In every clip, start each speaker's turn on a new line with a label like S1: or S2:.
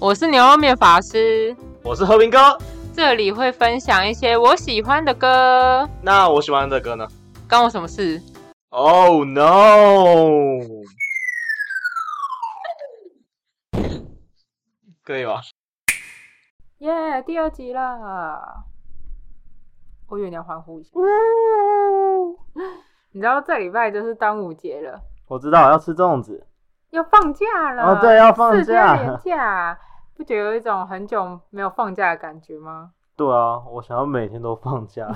S1: 我是牛肉面法师，
S2: 我是和平哥。
S1: 这里会分享一些我喜欢的歌，
S2: 那我喜欢的歌呢
S1: 关我什么事？
S2: ？Oh no！可以吧？
S1: 耶、第二集啦！我以为你要欢呼一下。你知道这礼拜就是端午节了，
S2: 我知道要吃粽子
S1: 要放假了。
S2: 哦，对，，要放
S1: 四天连
S2: 假。
S1: 假，不觉得有一种很久没有放假的感觉吗？
S2: 对啊，我想要每天都放假。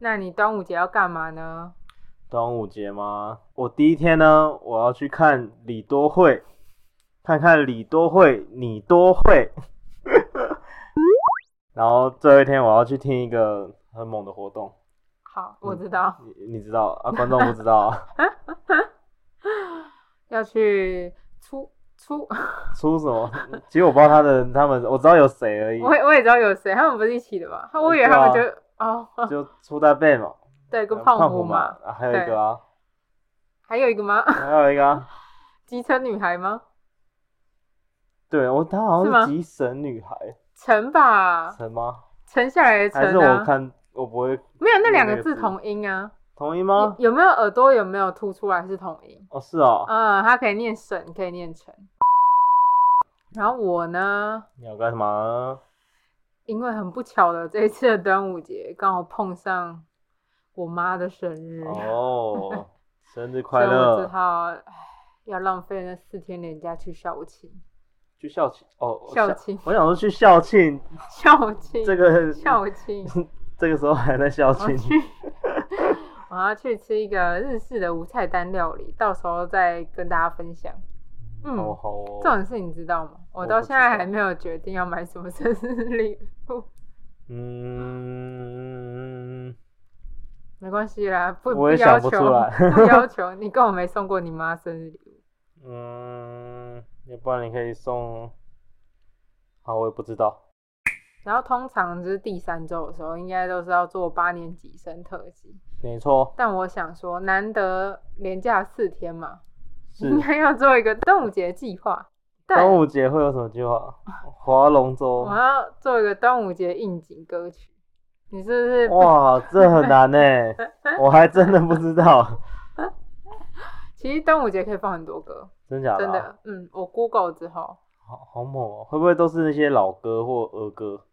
S1: 那你端午节要干嘛呢？
S2: 端午节吗？我第一天呢，我要去看李多慧，看看李多慧、你多慧。 然后最后一天，我要去听一个很猛的活动，
S1: 好，
S2: 嗯
S1: 我知道、
S2: 你你知道啊？观众不知道啊？
S1: 要去出出，
S2: 出什么？ 其实我不知道他的他们，我知道有谁而已，
S1: 我也我也知道有谁，他们不是一起的吧？我以为他们就、
S2: 对
S1: 哦，
S2: 就出大贝嘛，
S1: 对，跟
S2: 胖
S1: 胖
S2: 虎
S1: 虎嘛，
S2: 啊还有一个啊，
S1: 还有一个吗？
S2: 还有一个啊，
S1: 机车女孩吗？
S2: 对我他好
S1: 是吗
S2: 像是吉神女孩，
S1: 陈吧，
S2: 陈吗？
S1: 沉下来的
S2: 还
S1: 沉
S2: 是我
S1: 啊，
S2: 看我不会
S1: 没有那两
S2: 那
S1: 个
S2: 个
S1: 字
S2: 字
S1: 同音啊。
S2: 同意
S1: 有
S2: 吗？
S1: 有没有耳朵有没有凸出来是同音？
S2: 哦，是哦，
S1: 嗯，它可以念省，可以念成。然后我呢，
S2: 你要干什么？
S1: 因为很不巧的，这一次的端午节刚好碰上我妈的生日，
S2: 哦，生日
S1: 所
S2: 快
S1: 以我只
S2: 乐！
S1: 好唉要浪费那四天连假去校庆，
S2: 去校庆哦，
S1: 校
S2: 想
S1: 庆
S2: 我想说去校庆，
S1: 校庆，
S2: 这个
S1: 校庆，
S2: 这个时候还在校
S1: 我要
S2: 庆，
S1: 哦去， 我要去吃一个日式的无菜单料理，到时候再跟大家分享。嗯，
S2: 好好哦。
S1: 这种事你知道吗？我
S2: 我
S1: 到
S2: 不
S1: 现在
S2: 知道
S1: 还没有决定要买什么生日礼物，
S2: 嗯，
S1: 没关系啦，不
S2: 我也
S1: 要
S2: 想不
S1: 求，
S2: 出来
S1: 不要求。你跟我没送过你妈生日礼物，
S2: 嗯，要不然你可以送，好，我也不知道。
S1: 然后通常就是第三周的时候，应该都是要做八年级生特辑。
S2: 没错，
S1: 但我想说，难得连假四天嘛，
S2: 是
S1: 应该要做一个端午节计划。对
S2: 端午节会有什么计划？划龙舟
S1: 我。要做一个端午节应景歌曲，你是不是不？
S2: 哇，这很难呢，我还真的不知道，
S1: 其实端午节可以放很多歌，
S2: 真假的啊？
S1: 真的。嗯，我 Google 之后
S2: 好好猛哦！会不会都是那些老歌或儿歌？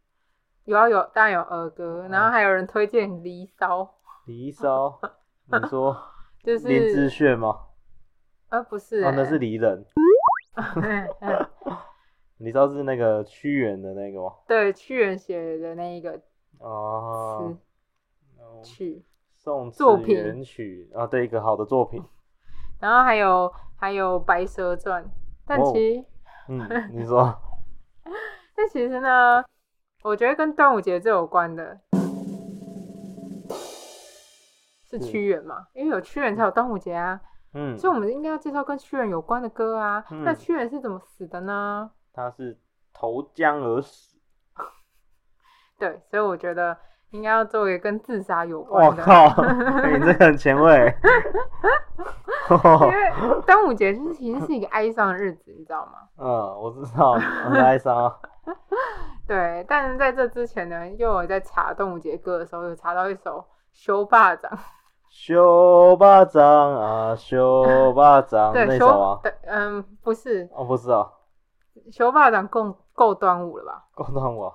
S1: 有啊有，当然有儿歌，
S2: 嗯
S1: 然后还有人推荐《离骚》，
S2: 离骚，你说
S1: 就
S2: 林志
S1: 是
S2: 炫吗？
S1: 呃不是、
S2: 哦，那是
S1: 欸嗯
S2: 离人。 你知道是那个屈原的那个吗？
S1: 对屈原写的那一个
S2: 哦
S1: 词，曲，
S2: 宋词
S1: 作品
S2: 元曲啊，对，一个好的作品。
S1: 然后还有还有《白蛇传》，但
S2: 哦
S1: 其实、
S2: 嗯，你说
S1: 但其实呢，我觉得跟端午节最有关的是
S2: 是
S1: 屈原嘛，因为有屈原才有端午节啊，
S2: 嗯，
S1: 所以我们应该要介绍跟屈原有关的歌啊。那
S2: 嗯
S1: 屈原是怎么死的呢？
S2: 他是投江而死。
S1: 对，所以我觉得应该要做一个跟自杀有
S2: 我
S1: 关的。
S2: 靠，哎你这个很前 卫。
S1: 因为端午节就是其实是一个哀伤的日子，你知道吗？
S2: 嗯，我知道，很哀伤啊。
S1: 对，但是在这之前呢，又有在查端午节歌的时候，有查到一首《修霸掌》
S2: 啊修巴掌啊，修巴掌
S1: 对，
S2: 那
S1: 修
S2: 首啊，
S1: 对，嗯，不是
S2: 哦，不是啊，
S1: 修霸掌够够端午了吧？
S2: 够端午啊，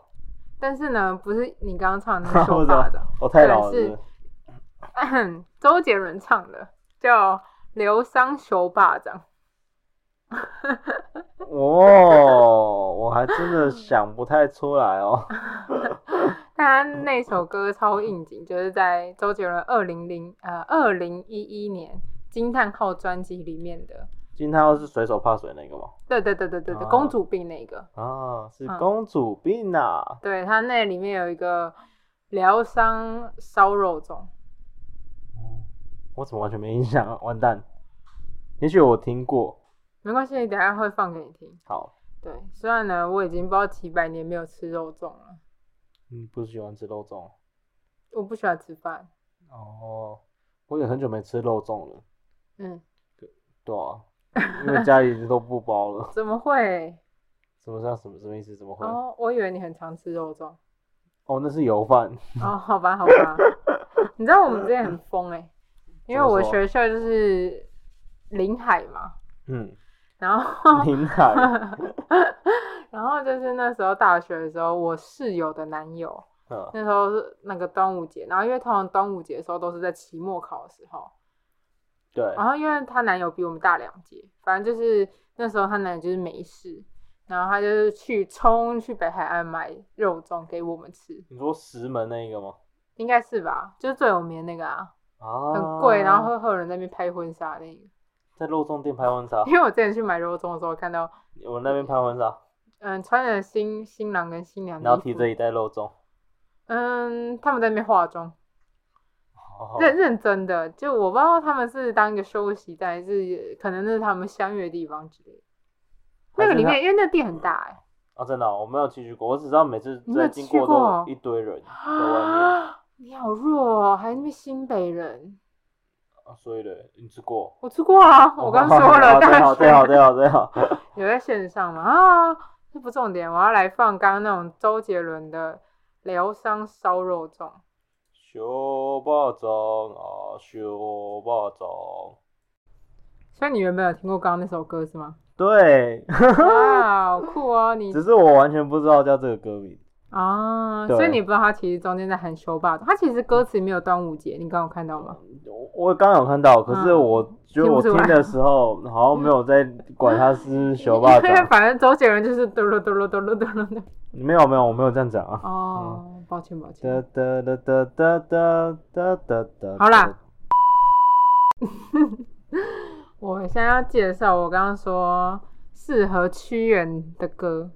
S1: 但是呢，不是你刚刚唱的那
S2: 我
S1: 个 修
S2: 知道
S1: 霸掌，
S2: 我太老了
S1: 对是
S2: 是不是
S1: 周杰伦唱的，叫《流觞修霸掌》。
S2: 哦，我还真的想不太出来 哦。
S1: 但他那首歌超应景，就是在周杰伦二零零呃二零一一年惊叹号专辑里面的。
S2: 金太后是水手怕水那个吗？
S1: 对对对对对对，
S2: 哦
S1: 公主病那个，
S2: 啊，是
S1: 嗯
S2: 公主病啊！
S1: 对他那里面有一个疗伤烧肉粽，
S2: 我怎么完全没印象啊？完蛋！也许我听过。
S1: 没关系，等一下会放给你听。
S2: 好，
S1: 对，虽然呢我已经不知道几百年没有吃肉粽了，
S2: 嗯，不喜欢吃肉粽。
S1: 我不喜欢吃饭。
S2: 哦，我也很久没吃肉粽了。
S1: 嗯，
S2: 对啊，因为家里都不包了。
S1: 怎么会？
S2: 什么叫什么什么意思？怎么会？哦，
S1: 哦，我以为你很常吃肉粽。
S2: 那是油饭。
S1: 哦，好吧，好吧。 你知道我们之前很疯哎、因为我
S2: 怎么
S1: 学校就是临海嘛，
S2: 嗯，
S1: 然后
S2: 林海。
S1: 然后就是那时候大学的时候，我室友的男友
S2: 嗯
S1: 那时候是那个端午节，然后因为通常端午节的时候都是在期末考的时候，
S2: 对，
S1: 然后因为她男友比我们大两届，反正就是那时候她男友就是没事，然后他就是去冲去北海岸买肉粽给我们吃，
S2: 你说石门那一个吗？
S1: 应该是吧？就是最有名的那个啊，
S2: 啊，
S1: 很贵，然后会会有人在那边拍婚纱那个。
S2: 在肉粽店拍婚纱
S1: 因，为我之前去买肉粽的时候看到，
S2: 我那边拍婚纱，
S1: 嗯，穿着新新郎跟新娘的
S2: 然后
S1: 衣
S2: 提
S1: 服
S2: 着一袋肉粽。
S1: 嗯，他们在那边化妆，
S2: 哦
S1: 认认真的，就我不知道他们是当一个休息站，还是可能那是他们相约的地方之类的。那个里
S2: 还
S1: 面，因为那店很大哎、
S2: 啊，真的哦、我没有进去过，我只知道每次
S1: 你没有
S2: 在经过都有
S1: 去过
S2: 一堆人在外面，啊、
S1: 啊， 你好弱哦，还是那边新北人。
S2: 啊所以嘞，你吃过？
S1: 我吃过啊，我 刚说了，
S2: 最哦好
S1: 大
S2: 最好
S1: 学
S2: 最好最好，
S1: 有在线上嘛啊，这不重点，我要来放刚刚那种周杰伦的《疗伤烧肉粽》。
S2: 小巴掌啊，小巴掌，
S1: 所以你原本有听过刚刚那首歌是 吗？
S2: 对，
S1: 哇，好酷哦！你
S2: 只是我完全不知道叫这个歌名，
S1: 啊，
S2: 对
S1: 所以你不知道他其实中间在喊修霸，他其实歌词没有端午节，你刚刚有看到 吗？
S2: 我我刚有看到，可是
S1: 嗯
S2: 我觉得我
S1: 听不
S2: 听
S1: 出来嗯
S2: 的 时候好像没有在管它是小巴
S1: 因为
S2: 掌，
S1: 反正周杰伦就是嘟噜嘟噜嘟噜嘟噜嘟噜。
S2: 没有没有我没有这样讲啊，
S1: 哦，抱歉抱
S2: 哒
S1: 歉。
S2: 哒哒哒哒哒哒哒哒，
S1: 好啦，我现在要介绍我刚刚说适合屈原的歌，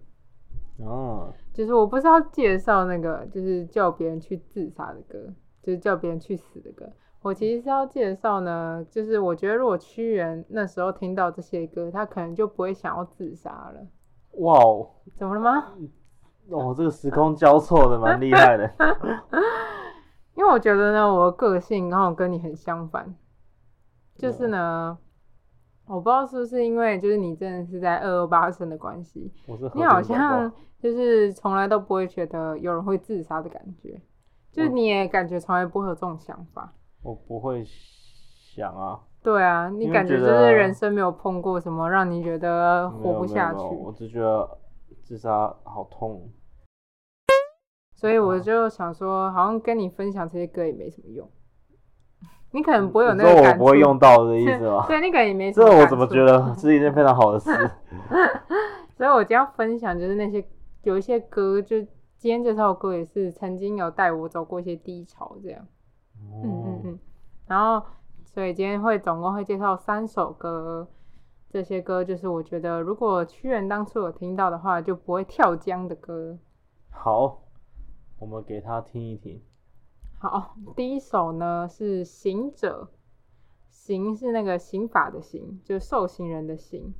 S2: 嗯，
S1: 就是我不是要介绍那个就是叫别人去自杀的歌，就是叫别人去死的歌。我其实是要介绍呢，就是我觉得如果屈原那时候听到这些歌，他可能就不会想要自杀了。
S2: 哇哦。
S1: 怎么了吗？
S2: 哦，这个时空交错的蛮厉 害的。
S1: 因为我觉得呢，我的个性刚好跟你很相反，就是呢，我不知道是不是因为就是你真的是在二二八生的关系，
S2: 我是和
S1: 你好
S2: 平宝宝
S1: 像就是从来都不会觉得有人会自杀的感觉，就是
S2: 我
S1: 你也感觉从来不会有这种想法。
S2: 我不会想啊，
S1: 对啊，你
S2: 因为
S1: 感觉
S2: 觉
S1: 就
S2: 得
S1: 是人生没有碰过什么让你觉得
S2: 没
S1: 活
S2: 有
S1: 不
S2: 没有
S1: 下去
S2: 没有，我只觉得自杀好痛。
S1: 所以我
S2: 哦
S1: 就想说，好像跟你分享这些歌也没什么用，你可嗯能不会有
S2: 你
S1: 那个
S2: 说嗯我
S1: 感
S2: 不会
S1: 触
S2: 用到的意思吗？
S1: 对，那个也 没什
S2: 这
S1: 么
S2: 我
S1: 感
S2: 怎么
S1: 触
S2: 觉得是一件非常好的事？
S1: 所以我今天要分享就是那些有一些歌，就今天这首歌也是曾经有带我走过一些低潮这样。 嗯嗯
S2: 嗯，
S1: 嗯。然后，所以今天会总共会介绍三首歌，这些歌就是我觉得如果屈原当初有听到的话，就不会跳江的歌。
S2: 好，我们给他听一听。
S1: 好，第一首呢是《行者》，行是那个刑法的刑，就是受刑人的刑。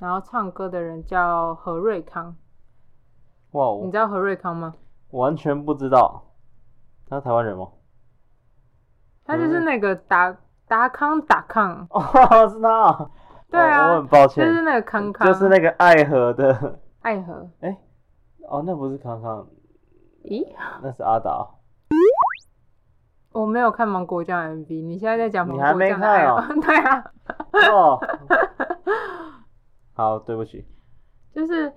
S1: 然后唱歌的人叫何瑞康，
S2: 哇，
S1: 你
S2: 我
S1: 知道何瑞康吗？
S2: 完全不知道，他是台湾人吗？
S1: 他就是
S2: 嗯
S1: 那个达达康达康，
S2: 哦，是他啊。
S1: 对
S2: 哦
S1: 啊，
S2: 我很抱
S1: 就
S2: 歉，
S1: 是那个康康，
S2: 就是那个爱河的。
S1: 爱河。
S2: 哦，那不是康康，
S1: 咦，
S2: 那是阿达。哦
S1: 我没有看芒果酱 MV，你现在在讲芒
S2: 你还
S1: 果
S2: 没
S1: 酱的爱
S2: 看
S1: 河？
S2: 哦
S1: 对啊，
S2: 哦，好，对不起，
S1: 就是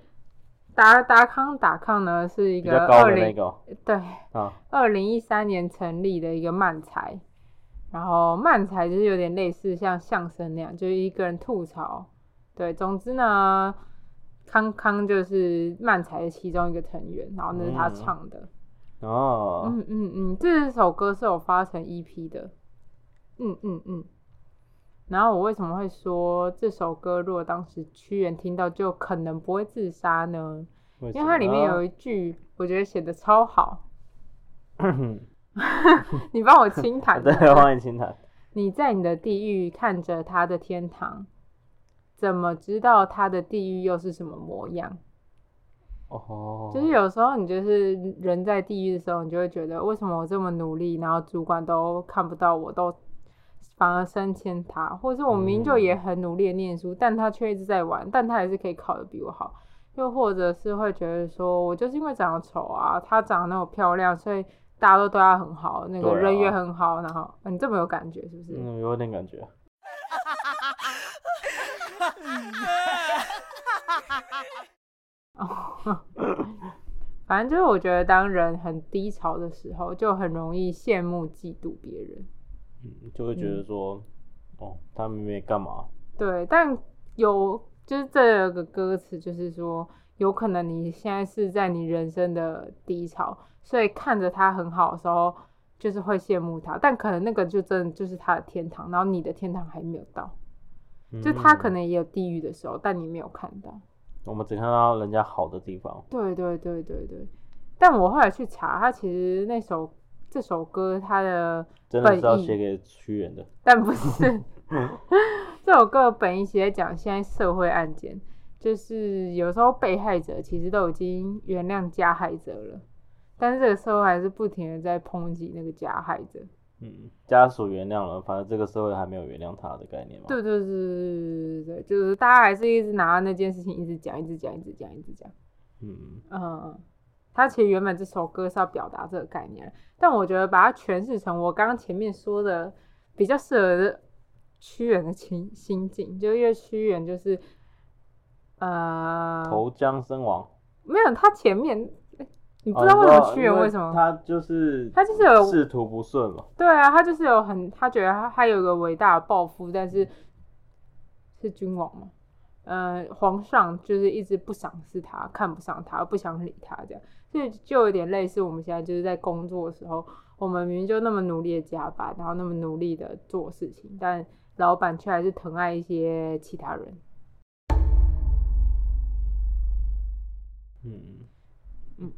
S1: 达达康达康呢是一
S2: 比较
S1: 个
S2: 高
S1: 二
S2: 的那
S1: 零、
S2: 个哦
S1: 对
S2: 啊，
S1: 二零一三年成立的一个漫才，然后漫才就是有点类似像相声那样，就是一个人吐槽。对，总之呢，康康就是漫才的其中一个成员，然后那是他
S2: 嗯
S1: 唱的。
S2: 哦，
S1: 嗯嗯嗯，这首歌是有发成 EP 的。嗯嗯嗯。然后我为什么会说这首歌，如果当时屈原听到，就可能不会自杀呢？
S2: 因
S1: 因为它里面有一句，我觉得写的超好，
S2: 嗯
S1: 你帮我轻弹。
S2: 对，欢迎清谈，
S1: 你在你的地狱看着他的天堂，怎么知道他的地狱又是什么模样？
S2: 哦，
S1: 就是有时候你就是人在地狱的时候，你就会觉得为什么我这么努力，然后主管都看不到我，都反而升迁他，或是我明明就也
S2: 嗯
S1: 很努力地念书，但他却一直在玩，但他还是可以考得比我好。又或者是会觉得说，我就是因为长得丑啊，他长得那么漂亮，所以大家都对他很好，那个
S2: 对啊
S1: 人缘很好，然后、啊你这么有感觉是不是？
S2: 嗯，有点感觉。
S1: 反正就是我觉得，当人很低潮的时候，就很容易羡慕、嫉妒别人。
S2: 嗯，就会觉得说，
S1: 嗯
S2: 哦，他们没干嘛，
S1: 对，但有就是这个歌词，就是说，有可能你现在是在你人生的低潮，所以看着他很好的时候，就是会羡慕他，但可能那个就真的就是他的天堂，然后你的天堂还没有到，就他可
S2: 嗯
S1: 能也有地狱的时候，但你没有看到。
S2: 我们只看到人家好的地方，
S1: 对对对对对，但我后来去查，他其实那首这首歌，他的
S2: 真的是要
S1: 本意
S2: 写给屈原的。
S1: 但不是 这首歌的本意，其实在讲现在社会案件，就是有时候被害者其实都已经原谅加害者了，但是这个社会还是不停的在抨击那个加害者。
S2: 嗯，家属原谅了，反正这个社会还没有原谅他的概念嘛。
S1: 对对对对对对对，就是大家还是一直拿那件事情一直讲，一直讲，一直讲，一直讲。
S2: 嗯，
S1: 嗯，他其实原本这首歌是要表达这个概念，但我觉得把它诠释成我刚刚前面说的比较适合屈原的情心境，就因为屈原就是呃，
S2: 投江身亡。
S1: 没有他前面，你
S2: 哦你
S1: 不知道为什么屈原为什么、
S2: 他就是
S1: 他就是有
S2: 仕途不顺嘛。
S1: 对啊，他就是有很他觉得他他有一个伟大的抱负，但是是君王嘛，呃，皇上就是一直不赏识他，看不上他，不想理他这样，所以就有点类似我们现在就是在工作的时候，我们明明就那么努力的加班，然后那么努力的做事情，但老板却还是疼爱一些其他人。
S2: 嗯，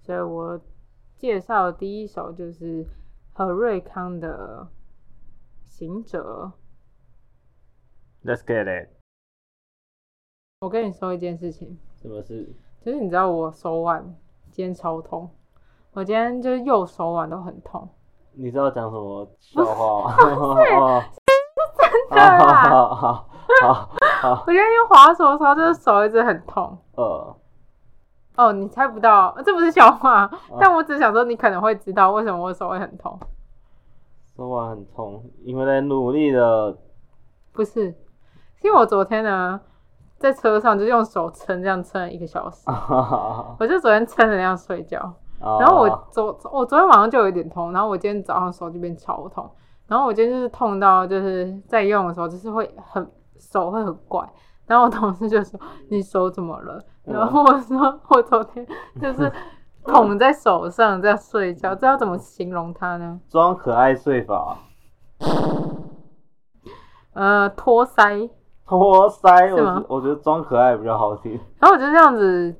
S1: 所以我介绍的第一首就是何瑞康的《行者》。
S2: Let's get it，
S1: 我跟你说一件事情。
S2: 是不是？
S1: 就是你知道我手腕今天超痛，我今天就是右手腕都很痛。
S2: 你知道讲什么笑话吗？哦
S1: 真
S2: 啊
S1: 的啊啦
S2: 好好 好好，
S1: 我今天用滑手的时候，就是手一直很痛。
S2: 呃，
S1: 哦，你猜不到，呃这不是笑话， 但我只想说你可能会知道为什么我手会很痛。
S2: 手腕很痛，因为在努力 的，
S1: 不是，是因为我昨天呢在车上就是用手撑，这样撑了一个小
S2: 啊
S1: 时，我就昨天撑着那样睡觉。然
S2: 然
S1: 后我昨我昨天晚上就有一点痛，然后我今天早上手就变超痛，然后我今天就是痛到就是在用的时候就是会很手会很怪，然后我同事就说你手怎么了？
S2: 嗯
S1: 然后我说我昨天就是捧在手上在睡觉，这要怎么形容它呢？
S2: 装可爱睡法，
S1: 呃，托腮，
S2: 托腮，
S1: 是吗
S2: 我我觉得装可爱比较好听。
S1: 然后我就这样子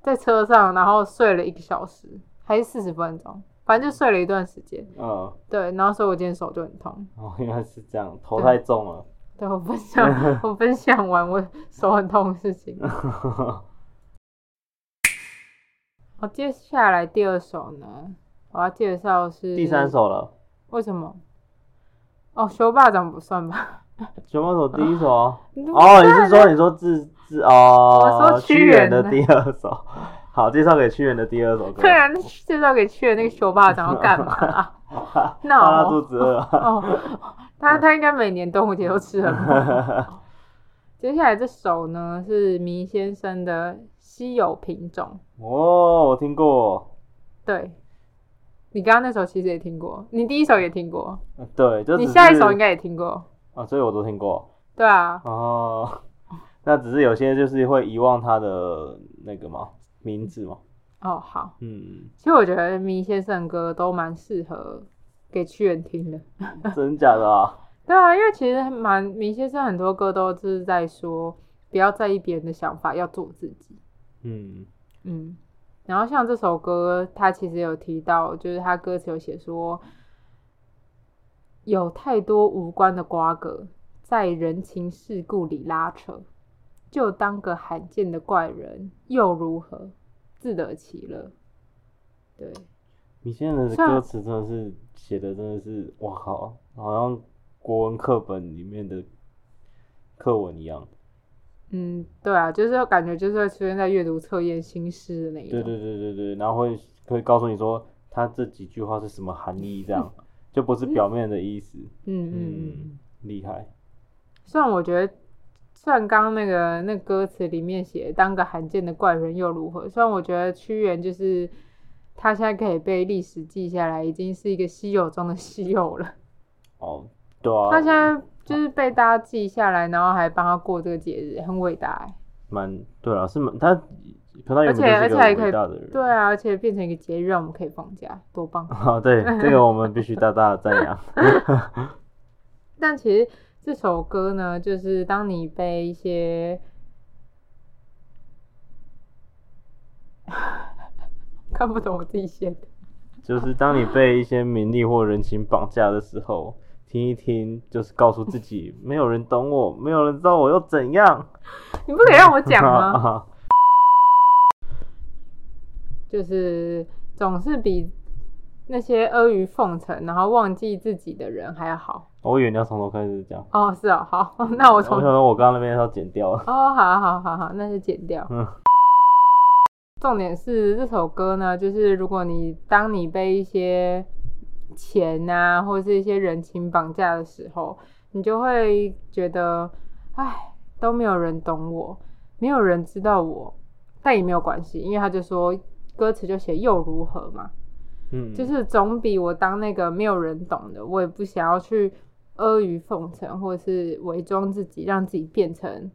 S1: 在车上，然后睡了一个小时还是四十分钟，反正就睡了一段时间。
S2: 嗯，
S1: 对，然后所以我今天手就很痛。
S2: 哦，原来是这样，头太重了。
S1: 对我分享， 我分享完我手很痛的事情。 好，接下来第二首呢，我要介绍是
S2: 第三，首了，
S1: 为什么？哦，修霸掌不算吧？
S2: 熊猫手第一首啊。
S1: 你都不
S2: 哦，你
S1: 算
S2: 是 说你说自自哦？
S1: 我说屈
S2: 屈
S1: 原
S2: 原的
S1: 的
S2: 第二首，好，介绍给屈原的第二首歌。
S1: 突 然啊 介绍给去的那个修霸掌要干嘛啊？ 那
S2: 怕他肚
S1: 我
S2: 子饿 啊。
S1: 哦，他他应该每年端午节都吃很 饱。接下来这首呢是迷先生的《稀有品种》，
S2: 哦，我听过，
S1: 对。你刚刚那首其实也听过，你第一首也听过，
S2: 呃对，就
S1: 你
S2: 只
S1: 下一
S2: 是
S1: 首应该也听过，
S2: 啊，所以我都听过
S1: 对啊，
S2: 哦。 那只是有些就是会遗忘他的那个嘛名字嘛，
S1: 哦好，
S2: 嗯，
S1: 其实我觉得迷先生的歌都蛮适合给屈原听的，
S2: 真假的啊？
S1: 对啊，因为其实蛮迷先生很多歌都是在说不要在意别人的想法，要做自己，
S2: 嗯，
S1: 嗯，然后像这首歌，他其实有提到，就是他歌词有写说，有太多无关的瓜葛在人情世故里拉扯，就当个罕见的怪人又如何，自得其乐。对，
S2: 米线人的
S1: 像
S2: 歌词真的是写的真的是，哇靠，好像国文课本里面的课文一样。
S1: 嗯，对啊，就是感觉就是会出现在阅读测验新诗的那一种。
S2: 对对对对对，然后会会告诉你说他这几句话是什么含义， 这样就不是表面的意思。
S1: 嗯嗯嗯嗯
S2: 嗯。，厉害。
S1: 虽然我觉得，虽然刚刚那个那歌词里面写“当个罕见的怪人又如何”，虽然我觉得屈原就是他现在可以被历史记下来，已经是一个稀有中的 稀有了。
S2: 哦，对啊，
S1: 他现在就是被大家记下来，然后还帮他过这个节日，很伟大哎、
S2: 蛮对啊，是蛮他彭大
S1: 而
S2: 原本
S1: 且
S2: 就是
S1: 而
S2: 一
S1: 且
S2: 个
S1: 还可
S2: 伟
S1: 以
S2: 大的人。
S1: 对啊，而且变成一个节日，让我们可以放假，多棒！
S2: 啊， 对，这个我们必须大大的赞扬。
S1: 但其实这首歌呢，就是当你被一些 看不懂我自己写的，
S2: 就是当你被一些名利或人情绑架的时候，听一听，就是告诉自己，没有人懂我，没有人知道我又怎样？
S1: 你不可以让我讲 吗？
S2: 啊
S1: 就是总是比那些阿谀奉承，然后忘记自己的人还要好。
S2: 我以为你要从头开始讲。
S1: 哦，是哦，好， 那我
S2: 我
S1: 从
S2: 想说，我刚刚那边要剪掉了。
S1: 哦，好好好好，那就剪掉。
S2: 嗯
S1: 重点是这首歌呢，就是如果你当你被一些钱啊，或是一些人情绑架的时候，你就会觉得，唉，都没有人懂我，没有人知道我，但也没有关系，因为他就说歌词就写又如何嘛，
S2: 嗯，
S1: 就是总比我当那个没有人懂的，我也不想要去阿谀奉承，或是伪装自己，让自己变成。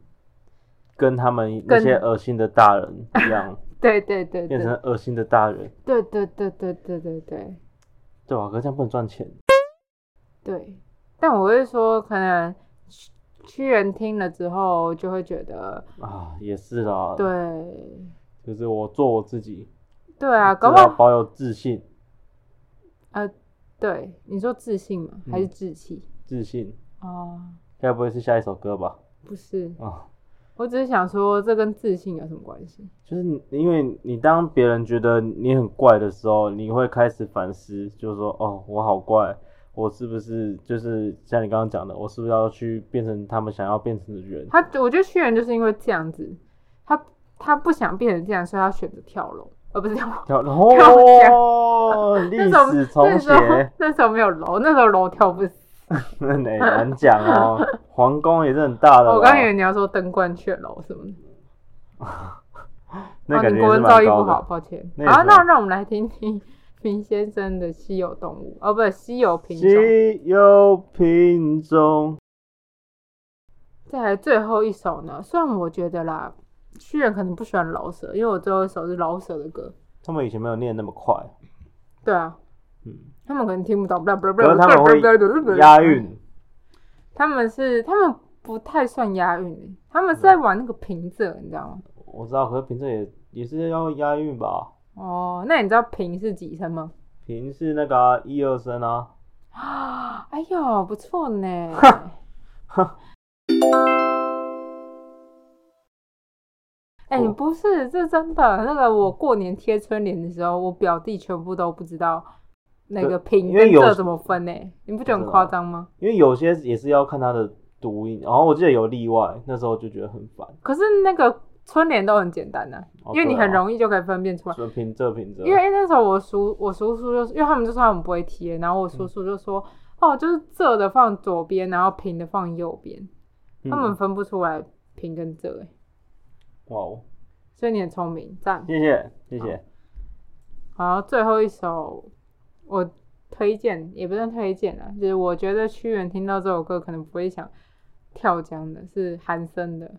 S2: 跟他们那些恶心的大人一样，
S1: 对对 对对
S2: 变成恶心的大人，
S1: 对对对对对对对
S2: 对吧、可是这样不能赚钱。
S1: 对，但我会说，可能屈屈原听了之后就会觉得，
S2: 啊，也是啦。，
S1: 对
S2: 就是我做我自己，
S1: 对啊，
S2: 只
S1: 搞不
S2: 要
S1: 好
S2: 保有自信，
S1: 对你说自信吗？还是
S2: 嗯
S1: 志气？
S2: 自信。
S1: 哦，
S2: 该不会是下一首歌吧？
S1: 不是，
S2: 啊，
S1: 我只是想说，这跟自信有什么关系？
S2: 就是你因为你当别人觉得你很怪的时候，你会开始反思，就是说，哦，我好怪，我是不是就是像你刚刚讲的，我是不是要去变成他们想要变成的人？
S1: 他，我觉得屈原就是因为这样子，他他不想变成这样，所以他选择跳楼，而、不是跳楼。
S2: 跳
S1: 跳下
S2: 哦， 历
S1: 那时候
S2: 史重
S1: 那时候
S2: 写，
S1: 那时候没有楼，那时候楼跳不死。
S2: 那很难讲 哦。皇宫也是很大的啦，
S1: 我刚以为你要说登鹳雀楼什么的。
S2: 那
S1: 啊
S2: 感
S1: 你
S2: 觉
S1: 国
S2: 也是
S1: 文造
S2: 蛮
S1: 诣
S2: 高
S1: 不好，
S2: 的。
S1: 抱歉。
S2: 那也
S1: 好，
S2: 是
S1: 那
S2: 蛮
S1: 让我们来听听 林先生的稀有动物，哦，不是稀有品种。
S2: 稀有品种，
S1: 再来最后一首呢，虽然我觉得啦，屈原可能不喜欢老舍，因为我最后一首是老舍的歌。
S2: 他们以前没有念那么快，
S1: 对啊，
S2: 嗯，
S1: 他们可能听不懂，不不
S2: 可是他们会押。韵，
S1: 他们是他们不太算押韵欸，他们是在玩那个平仄，你知道吗？
S2: 我知道，可是平仄也也是要押韵吧？
S1: 哦，那你知道平是几声吗？
S2: 平是那个啊一二声啊，
S1: 啊，哎呦，不错 呢。哎、
S2: 我嗯
S1: 不是，这真的。那个我过年贴春联的时候，我表弟全部都不知道那
S2: 对
S1: 个平
S2: 因为
S1: 跟
S2: 有
S1: 仄
S2: 时
S1: 怎么分呢、你不觉得很
S2: 不知道
S1: 夸张吗？
S2: 因为有些也是要看它的读音，然后我记得有例外，那时候就觉得很烦。
S1: 可是那个春联都很简单呢、
S2: 哦
S1: 因为你很
S2: 易，
S1: 容易就可以分辨出来。
S2: 什么平仄平仄，
S1: 因为哎那时候我叔我叔叔就是，因为他们就说他们不会贴，然后我
S2: 嗯
S1: 叔叔就说，哦，就是仄的放左边，然后平的放右边。
S2: 嗯
S1: 他们分不出来平跟仄、欸，
S2: 哇哦，
S1: 所以你很聪明，赞。
S2: 谢谢谢谢。
S1: 好，最后一首我推荐，也不算推荐啦，就是我觉得屈原听到这首歌可能不会想跳江的，是韩森的，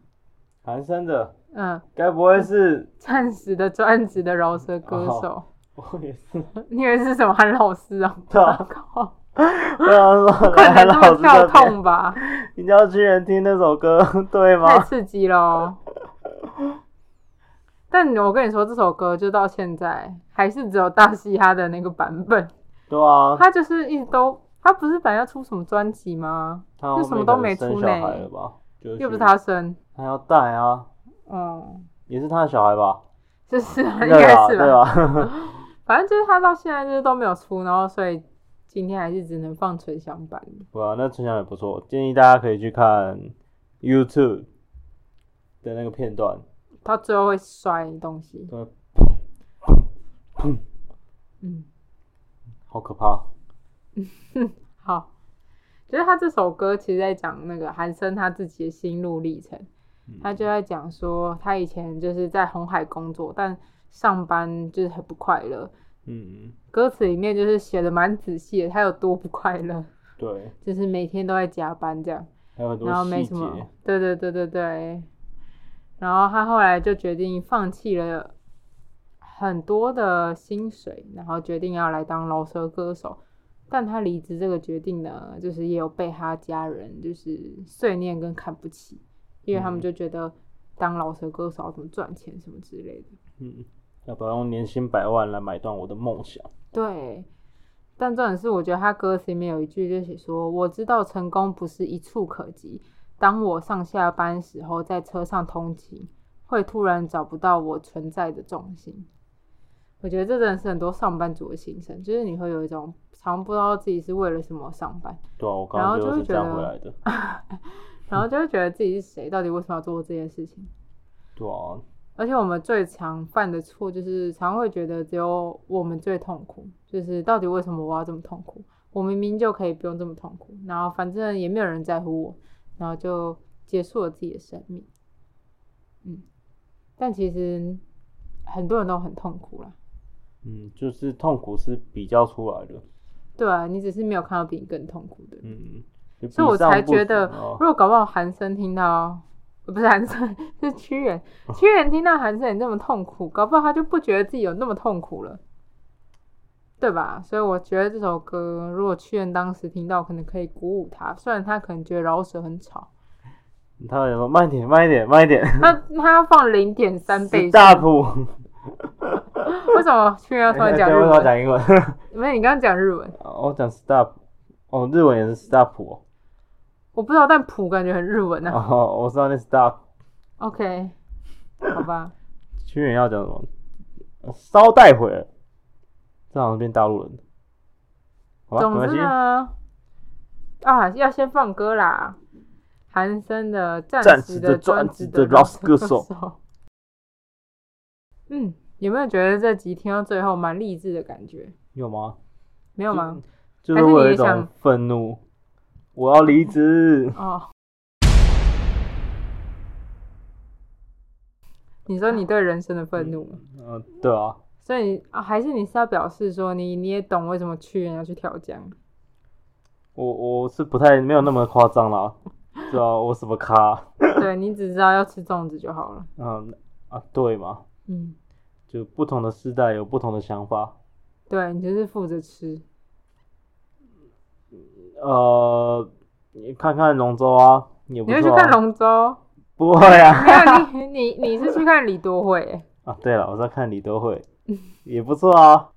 S2: 韩生的，
S1: 嗯，
S2: 该不会是
S1: 暂时的专职的饶舌歌
S2: 哦
S1: 手。
S2: 我也是？
S1: 你以为是什么韩老师哦、
S2: 对啊
S1: 靠，
S2: 我 想说
S1: 不可
S2: 来
S1: 能这
S2: 老
S1: 么
S2: 师
S1: 跳
S2: 这边，
S1: 痛吧？
S2: 你叫巨人听那首歌，对
S1: 太
S2: 吗？
S1: 刺激喽！但我跟你说，这首歌就到现在还是只有大嘻哈的那个版本，
S2: 对啊，
S1: 他就是一直都，他不是本来要出什么专辑吗？
S2: 他
S1: 就什么都没出呢
S2: 生小孩了吧？就
S1: 又不是他，生，
S2: 他要带啊，
S1: 哦、
S2: 也是他的小孩吧？
S1: 就是 啊应
S2: 对
S1: 该
S2: 吧？
S1: 是
S2: 对啊
S1: 吧？
S2: 吧？
S1: 反正就是他到现在就是都没有出，然后所以今天还是只能放纯享版的。
S2: 对啊，那春晓也不错，建议大家可以去看 YouTube 的那个片段。
S1: 他最后会摔东西，
S2: 对，
S1: 嗯，
S2: 好可怕。
S1: 好，就是他这首歌其实在讲那个韩生他自己的心路历程。
S2: 嗯
S1: 他就在讲说，他以前就是在红海工作，但上班就是很不快乐。
S2: 嗯，
S1: 歌词里面就是写的蛮仔细的，他有多不快乐，
S2: 对，
S1: 就是每天都在加班这样，
S2: 还有很
S1: 然后
S2: 多
S1: 没
S2: 细
S1: 什么
S2: 节。，
S1: 对对对对对。然后他后来就决定放弃了很多的薪水，然后决定要来当饶舌歌手。但他离职这个决定呢，就是也有被他家人就是碎念跟看不起，因为他们
S2: 嗯
S1: 就觉得当饶舌歌手要怎么赚钱什么之类的。
S2: 嗯，要不要用年薪百万来买断我的梦想？
S1: 对，但重点是，我觉得他歌词里面有一句就写说：“我知道成功不是一触可及，当我上下班时候在车上通勤，会突然找不到我存在的重心。”我觉得这真的是很多上班族的心声，就是你会有一种常不知道自己是为了什么上班，
S2: 对啊，我刚
S1: 然后
S2: 刚
S1: 就会
S2: 是这样
S1: 觉得
S2: 回来的。
S1: 然后就会觉得自己是谁，到底为什么要做这件事情。
S2: 对啊，
S1: 而且我们最常犯的错就是常会觉得只有我们最痛苦，就是到底为什么我要这么痛苦？我明明就可以不用这么痛苦，然后反正也没有人在乎我，然后就结束了自己的生命。嗯，但其实很多人都很痛苦啦。
S2: 嗯，就是痛苦是比较出来的。
S1: 对啊，你只是没有看到比你更痛苦的人。
S2: 嗯，就比
S1: 所以我
S2: 上
S1: 才
S2: 不
S1: 觉
S2: 足
S1: 得，
S2: 啊
S1: 如果搞不好韩生听到， 呃不是韩生，是屈原，
S2: 哦
S1: 屈原听到韩生你这么痛苦，搞不好他就不觉得自己有那么痛苦了，对吧？所以我觉得这首歌，如果屈原当时听到，可能可以鼓舞他，虽然他可能觉得饶舌很吵，
S2: 他有说慢一点，慢一点，慢一点，
S1: 他他要放零点三倍
S2: s t
S1: 速，
S2: o
S1: 为什么屈原要突然 讲日
S2: 为什么
S1: 文？
S2: 讲英文？
S1: 没有，你刚刚讲日文，
S2: 哦我讲 stop，哦，日文也是 stop 哦，
S1: 我不知道，但谱感觉很日文啊。
S2: 哦，我知道那 stop。
S1: OK，好吧，
S2: 屈原要讲什么？呃捎带回了，这好像变大陆人。好吧，没
S1: 总
S2: 关
S1: 之
S2: 系。
S1: 呢，啊，要先放歌啦。韩森的暂
S2: 暂
S1: 时
S2: 时
S1: 的
S2: 的
S1: 专
S2: 专
S1: 辑
S2: 辑
S1: 的
S2: 的
S1: 老
S2: Lost 歌手。
S1: 嗯，有没有觉得这集听到最后蛮励志的感觉？
S2: 有吗？
S1: 没有吗？
S2: 就
S1: 还
S2: 是
S1: 是
S2: 我有
S1: 你
S2: 一种
S1: 想
S2: 愤怒，我要离职。
S1: 哦。你说你对人生的愤怒吗，
S2: 嗯，对啊，
S1: 所以你、啊、还是你是要表示说你你也懂为什么屈原要去跳江？
S2: 我我是不太没有那么夸张啦，对啊，我什么咖？
S1: 对你只知道要吃粽子就好了。
S2: 嗯啊，对嘛，
S1: 嗯，
S2: 就不同的世代有不同的想法。
S1: 对你就是负责吃。
S2: 呃，你看看龙舟啊，也不
S1: 你会去
S2: 错、啊。
S1: 看？龙舟？
S2: 不会啊。
S1: 没有，你 你你是去看李多慧欸？
S2: 啊，对了，我在看李德惠， 也不错啊。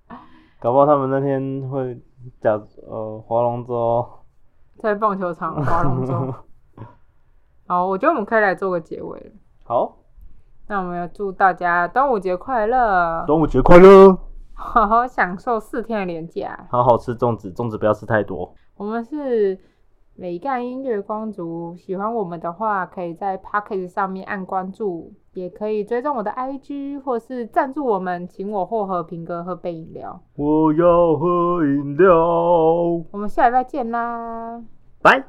S2: 搞不好他们那天会假呃划龙舟，
S1: 在棒球场划龙 舟。好，我觉得我们可以来做个结尾了。
S2: 好，
S1: 那我们要祝大家端午节快乐，
S2: 端午节快乐！
S1: 好好享受四天的连假。
S2: 好好吃粽子，粽子不要吃太多。
S1: 我们是美干音乐光族，喜欢我们的话，可以在 p o c k e t 上面按关注，也可以追踪我的 IG 或是赞助我们，请我或和平哥喝杯饮料。
S2: 我要喝饮料，
S1: 我们下礼拜见啦！
S2: 拜。